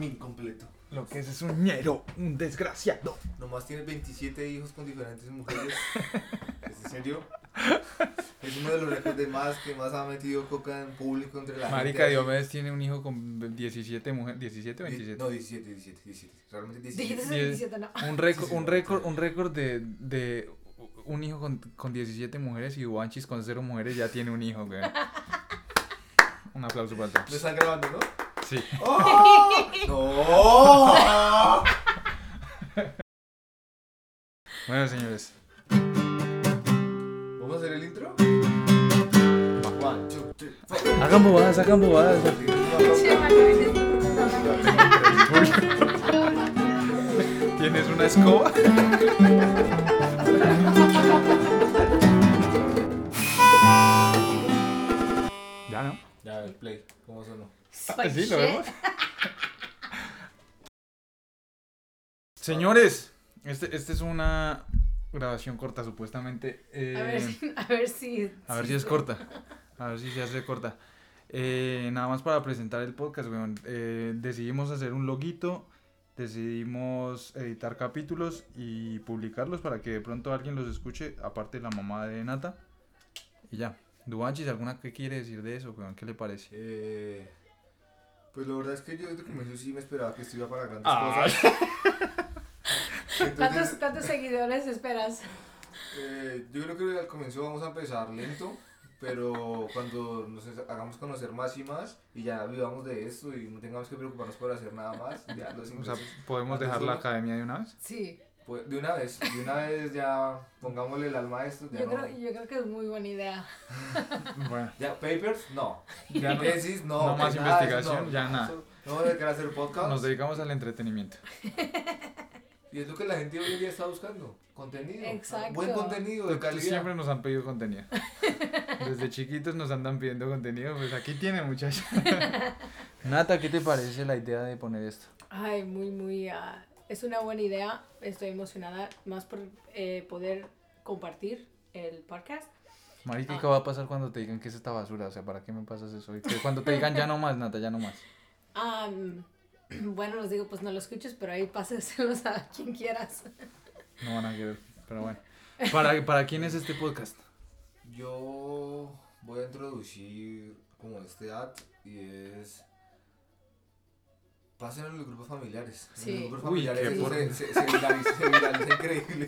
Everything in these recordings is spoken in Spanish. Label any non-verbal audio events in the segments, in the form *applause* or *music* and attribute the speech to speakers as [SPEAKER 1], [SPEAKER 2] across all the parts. [SPEAKER 1] Min completo.
[SPEAKER 2] Lo que es es un ñero, un desgraciado.
[SPEAKER 1] Nomás tienes 27 hijos con diferentes
[SPEAKER 3] *laughs*
[SPEAKER 1] mujeres. ¿Es en serio? Es uno de los récords de más que más ha metido coca en público entre la
[SPEAKER 3] Marica
[SPEAKER 1] gente.
[SPEAKER 3] Diomedes tiene un hijo con 17 mujeres, 17 o
[SPEAKER 1] Di-
[SPEAKER 3] 27.
[SPEAKER 1] No, 17, 17, 17. Realmente 17.
[SPEAKER 3] Diez-
[SPEAKER 4] Dijiste 17, no. Ah,
[SPEAKER 3] Un récord,
[SPEAKER 1] Sí, sí,
[SPEAKER 3] un
[SPEAKER 1] no,
[SPEAKER 3] récord,
[SPEAKER 1] claro.
[SPEAKER 3] un récord de, de un hijo con, con 17 mujeres y Banchis con 0 mujeres ya tiene un hijo, güey. Un aplauso para
[SPEAKER 1] Lo
[SPEAKER 3] todos.
[SPEAKER 1] están grabando, ¿no?
[SPEAKER 3] Sí.
[SPEAKER 1] ¡Oh! ¡No!
[SPEAKER 3] Bueno, señores.
[SPEAKER 1] ¿Vamos a hacer el intro? One, two, three, four.
[SPEAKER 3] Hagan bobadas, hagan bobadas.
[SPEAKER 4] Che, Manuel,
[SPEAKER 3] ¿Tienes una escoba? ya, ¿no?
[SPEAKER 1] Ya, el play. ¿Cómo sonó?
[SPEAKER 4] soy
[SPEAKER 3] Ah, Sí, lo
[SPEAKER 4] che.
[SPEAKER 3] vemos. *laughs* Señores, este, este es una grabación corta, supuestamente. eh,
[SPEAKER 4] A ver, si- a ver si.
[SPEAKER 3] a ver si es corta. A ver si se hace corta. Eh, nada más para presentar el podcast, weón. Eh, decidimos hacer un loguito, decidimos editar capítulos y publicarlos para que de pronto alguien los escuche, aparte de la mamá de Nata. Y ya. Duanchis, ¿alguna que quiere decir de eso, weón? ¿Qué le parece?
[SPEAKER 1] Eh, pues la verdad es que yo desde el comienzo sí me esperaba que estuviera para grandes
[SPEAKER 3] Ay.
[SPEAKER 1] cosas.
[SPEAKER 3] *laughs*
[SPEAKER 4] ¿Cuántos,
[SPEAKER 1] Entonces,
[SPEAKER 4] cuántos seguidores esperas?
[SPEAKER 1] eh, yo creo que al comienzo vamos a empezar lento, pero cuando nos es- hagamos conocer más y más y ya vivamos de esto y no tengamos que preocuparnos por hacer nada más, ya los
[SPEAKER 3] *laughs* O sea,
[SPEAKER 1] ingresos,
[SPEAKER 3] ¿podemos dejar la academia de una vez?
[SPEAKER 4] Sí.
[SPEAKER 1] pues, de una vez, de una vez ya pongámosle el alma a esto, ya
[SPEAKER 4] Yo
[SPEAKER 1] no.
[SPEAKER 4] creo, yo creo que es muy buena idea.
[SPEAKER 3] *laughs* Bueno,
[SPEAKER 1] Ya, papers, no.
[SPEAKER 3] ya no-
[SPEAKER 1] Tesis, no.
[SPEAKER 3] no más
[SPEAKER 1] nada de eso,
[SPEAKER 3] investigación, ya nada.
[SPEAKER 1] No vamos a dejar de hacer podcast.
[SPEAKER 3] nos dedicamos al entretenimiento.
[SPEAKER 1] Y es lo que la gente hoy en día está buscando. Contenido.
[SPEAKER 4] Exacto.
[SPEAKER 1] Buen contenido de calidad.
[SPEAKER 3] Siempre nos han pedido contenido. Desde chiquitos nos andan pidiendo contenido, pues aquí tiene muchacha. *laughs* Nata, ¿qué te parece la idea de poner esto?
[SPEAKER 4] Ay, muy, muy. ah, es una buena idea. Estoy emocionada más por eh, poder compartir el podcast.
[SPEAKER 3] Marica, ¿qué va a pasar cuando te digan que es esta basura? O sea, ¿para qué me pasas eso? Y que cuando te digan ya no más, Nata, ya no más.
[SPEAKER 4] Am, *clears throat* bueno, les digo, pues no lo escuches, pero ahí *laughs* páseselos a quien quieras.
[SPEAKER 3] No van a querer, pero bueno. ¿Para, para quién es este podcast?
[SPEAKER 1] Yo voy a introducir como este ad y es. Pasen en los grupos familiares. En
[SPEAKER 4] Sí.
[SPEAKER 1] los grupos
[SPEAKER 3] Uy,
[SPEAKER 1] familiares
[SPEAKER 3] qué
[SPEAKER 1] eso
[SPEAKER 3] porno.
[SPEAKER 1] se, se, se viraliza, se viraliza increíble.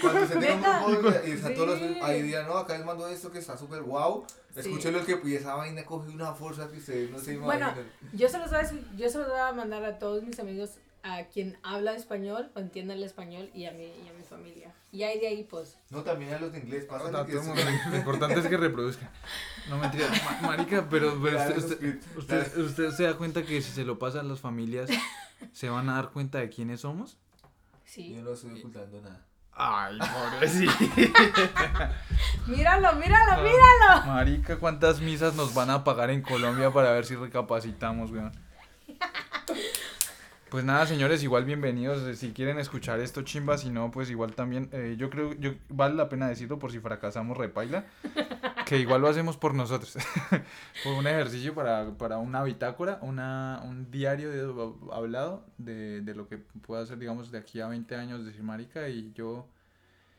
[SPEAKER 1] *laughs* Cuando se tiene un
[SPEAKER 4] ¿Neta?
[SPEAKER 1] grupo y está todos
[SPEAKER 4] Sí.
[SPEAKER 1] los. Ahí día, no, acá les mando esto que está súper guau.
[SPEAKER 4] Sí.
[SPEAKER 1] Escúchenlo el que y esa vaina coge una fuerza que ustedes no se
[SPEAKER 4] Bueno,
[SPEAKER 1] imaginan.
[SPEAKER 4] Yo se, los voy a, decir- yo se los voy a mandar a todos mis amigos a quien habla español o entienda el español y a mi, y a mi familia. Y ahí de ahí, pues.
[SPEAKER 1] no, también a los de inglés. Pasen
[SPEAKER 3] Nata, todo el
[SPEAKER 1] *laughs*
[SPEAKER 3] mundo, lo importante es que reproduzca. No mentira, ma- marica, pero, pero usted- usted- ¿Usted, usted se da cuenta que si se lo pasan las familias, se van a dar cuenta de quiénes somos?
[SPEAKER 4] Sí.
[SPEAKER 1] Yo no estoy ocultando nada.
[SPEAKER 3] Ay, pobrecito.
[SPEAKER 4] Míralo,
[SPEAKER 3] Ah.
[SPEAKER 4] míralo, míralo.
[SPEAKER 3] Marica, ¿cuántas misas nos van a pagar en Colombia para ver si recapacitamos, weón? Pues nada, señores, igual bienvenidos. eh, Si quieren escuchar esto, chimba, si no, pues igual también. eh, yo creo, yo vale la pena decirlo por si fracasamos, repaila. Que igual lo hacemos por nosotros. *laughs* Fue un ejercicio para, para una bitácora, una, un diario de- hablado de, de lo que pueda hacer, digamos, de aquí a 20 años, decir, marica, y yo...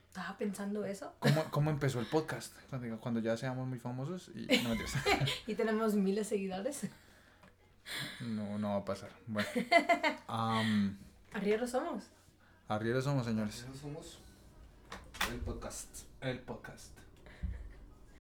[SPEAKER 4] Estaba pensando eso.
[SPEAKER 3] ¿Cómo, cómo empezó el podcast? Cuando, cuando ya seamos muy famosos y... No, mentiras. *laughs*
[SPEAKER 4] Y tenemos miles de seguidores.
[SPEAKER 3] no, no va a pasar. Bueno. Am,
[SPEAKER 4] Arriero somos.
[SPEAKER 3] arrieros somos, señores.
[SPEAKER 1] Nosotros somos el podcast.
[SPEAKER 3] El podcast.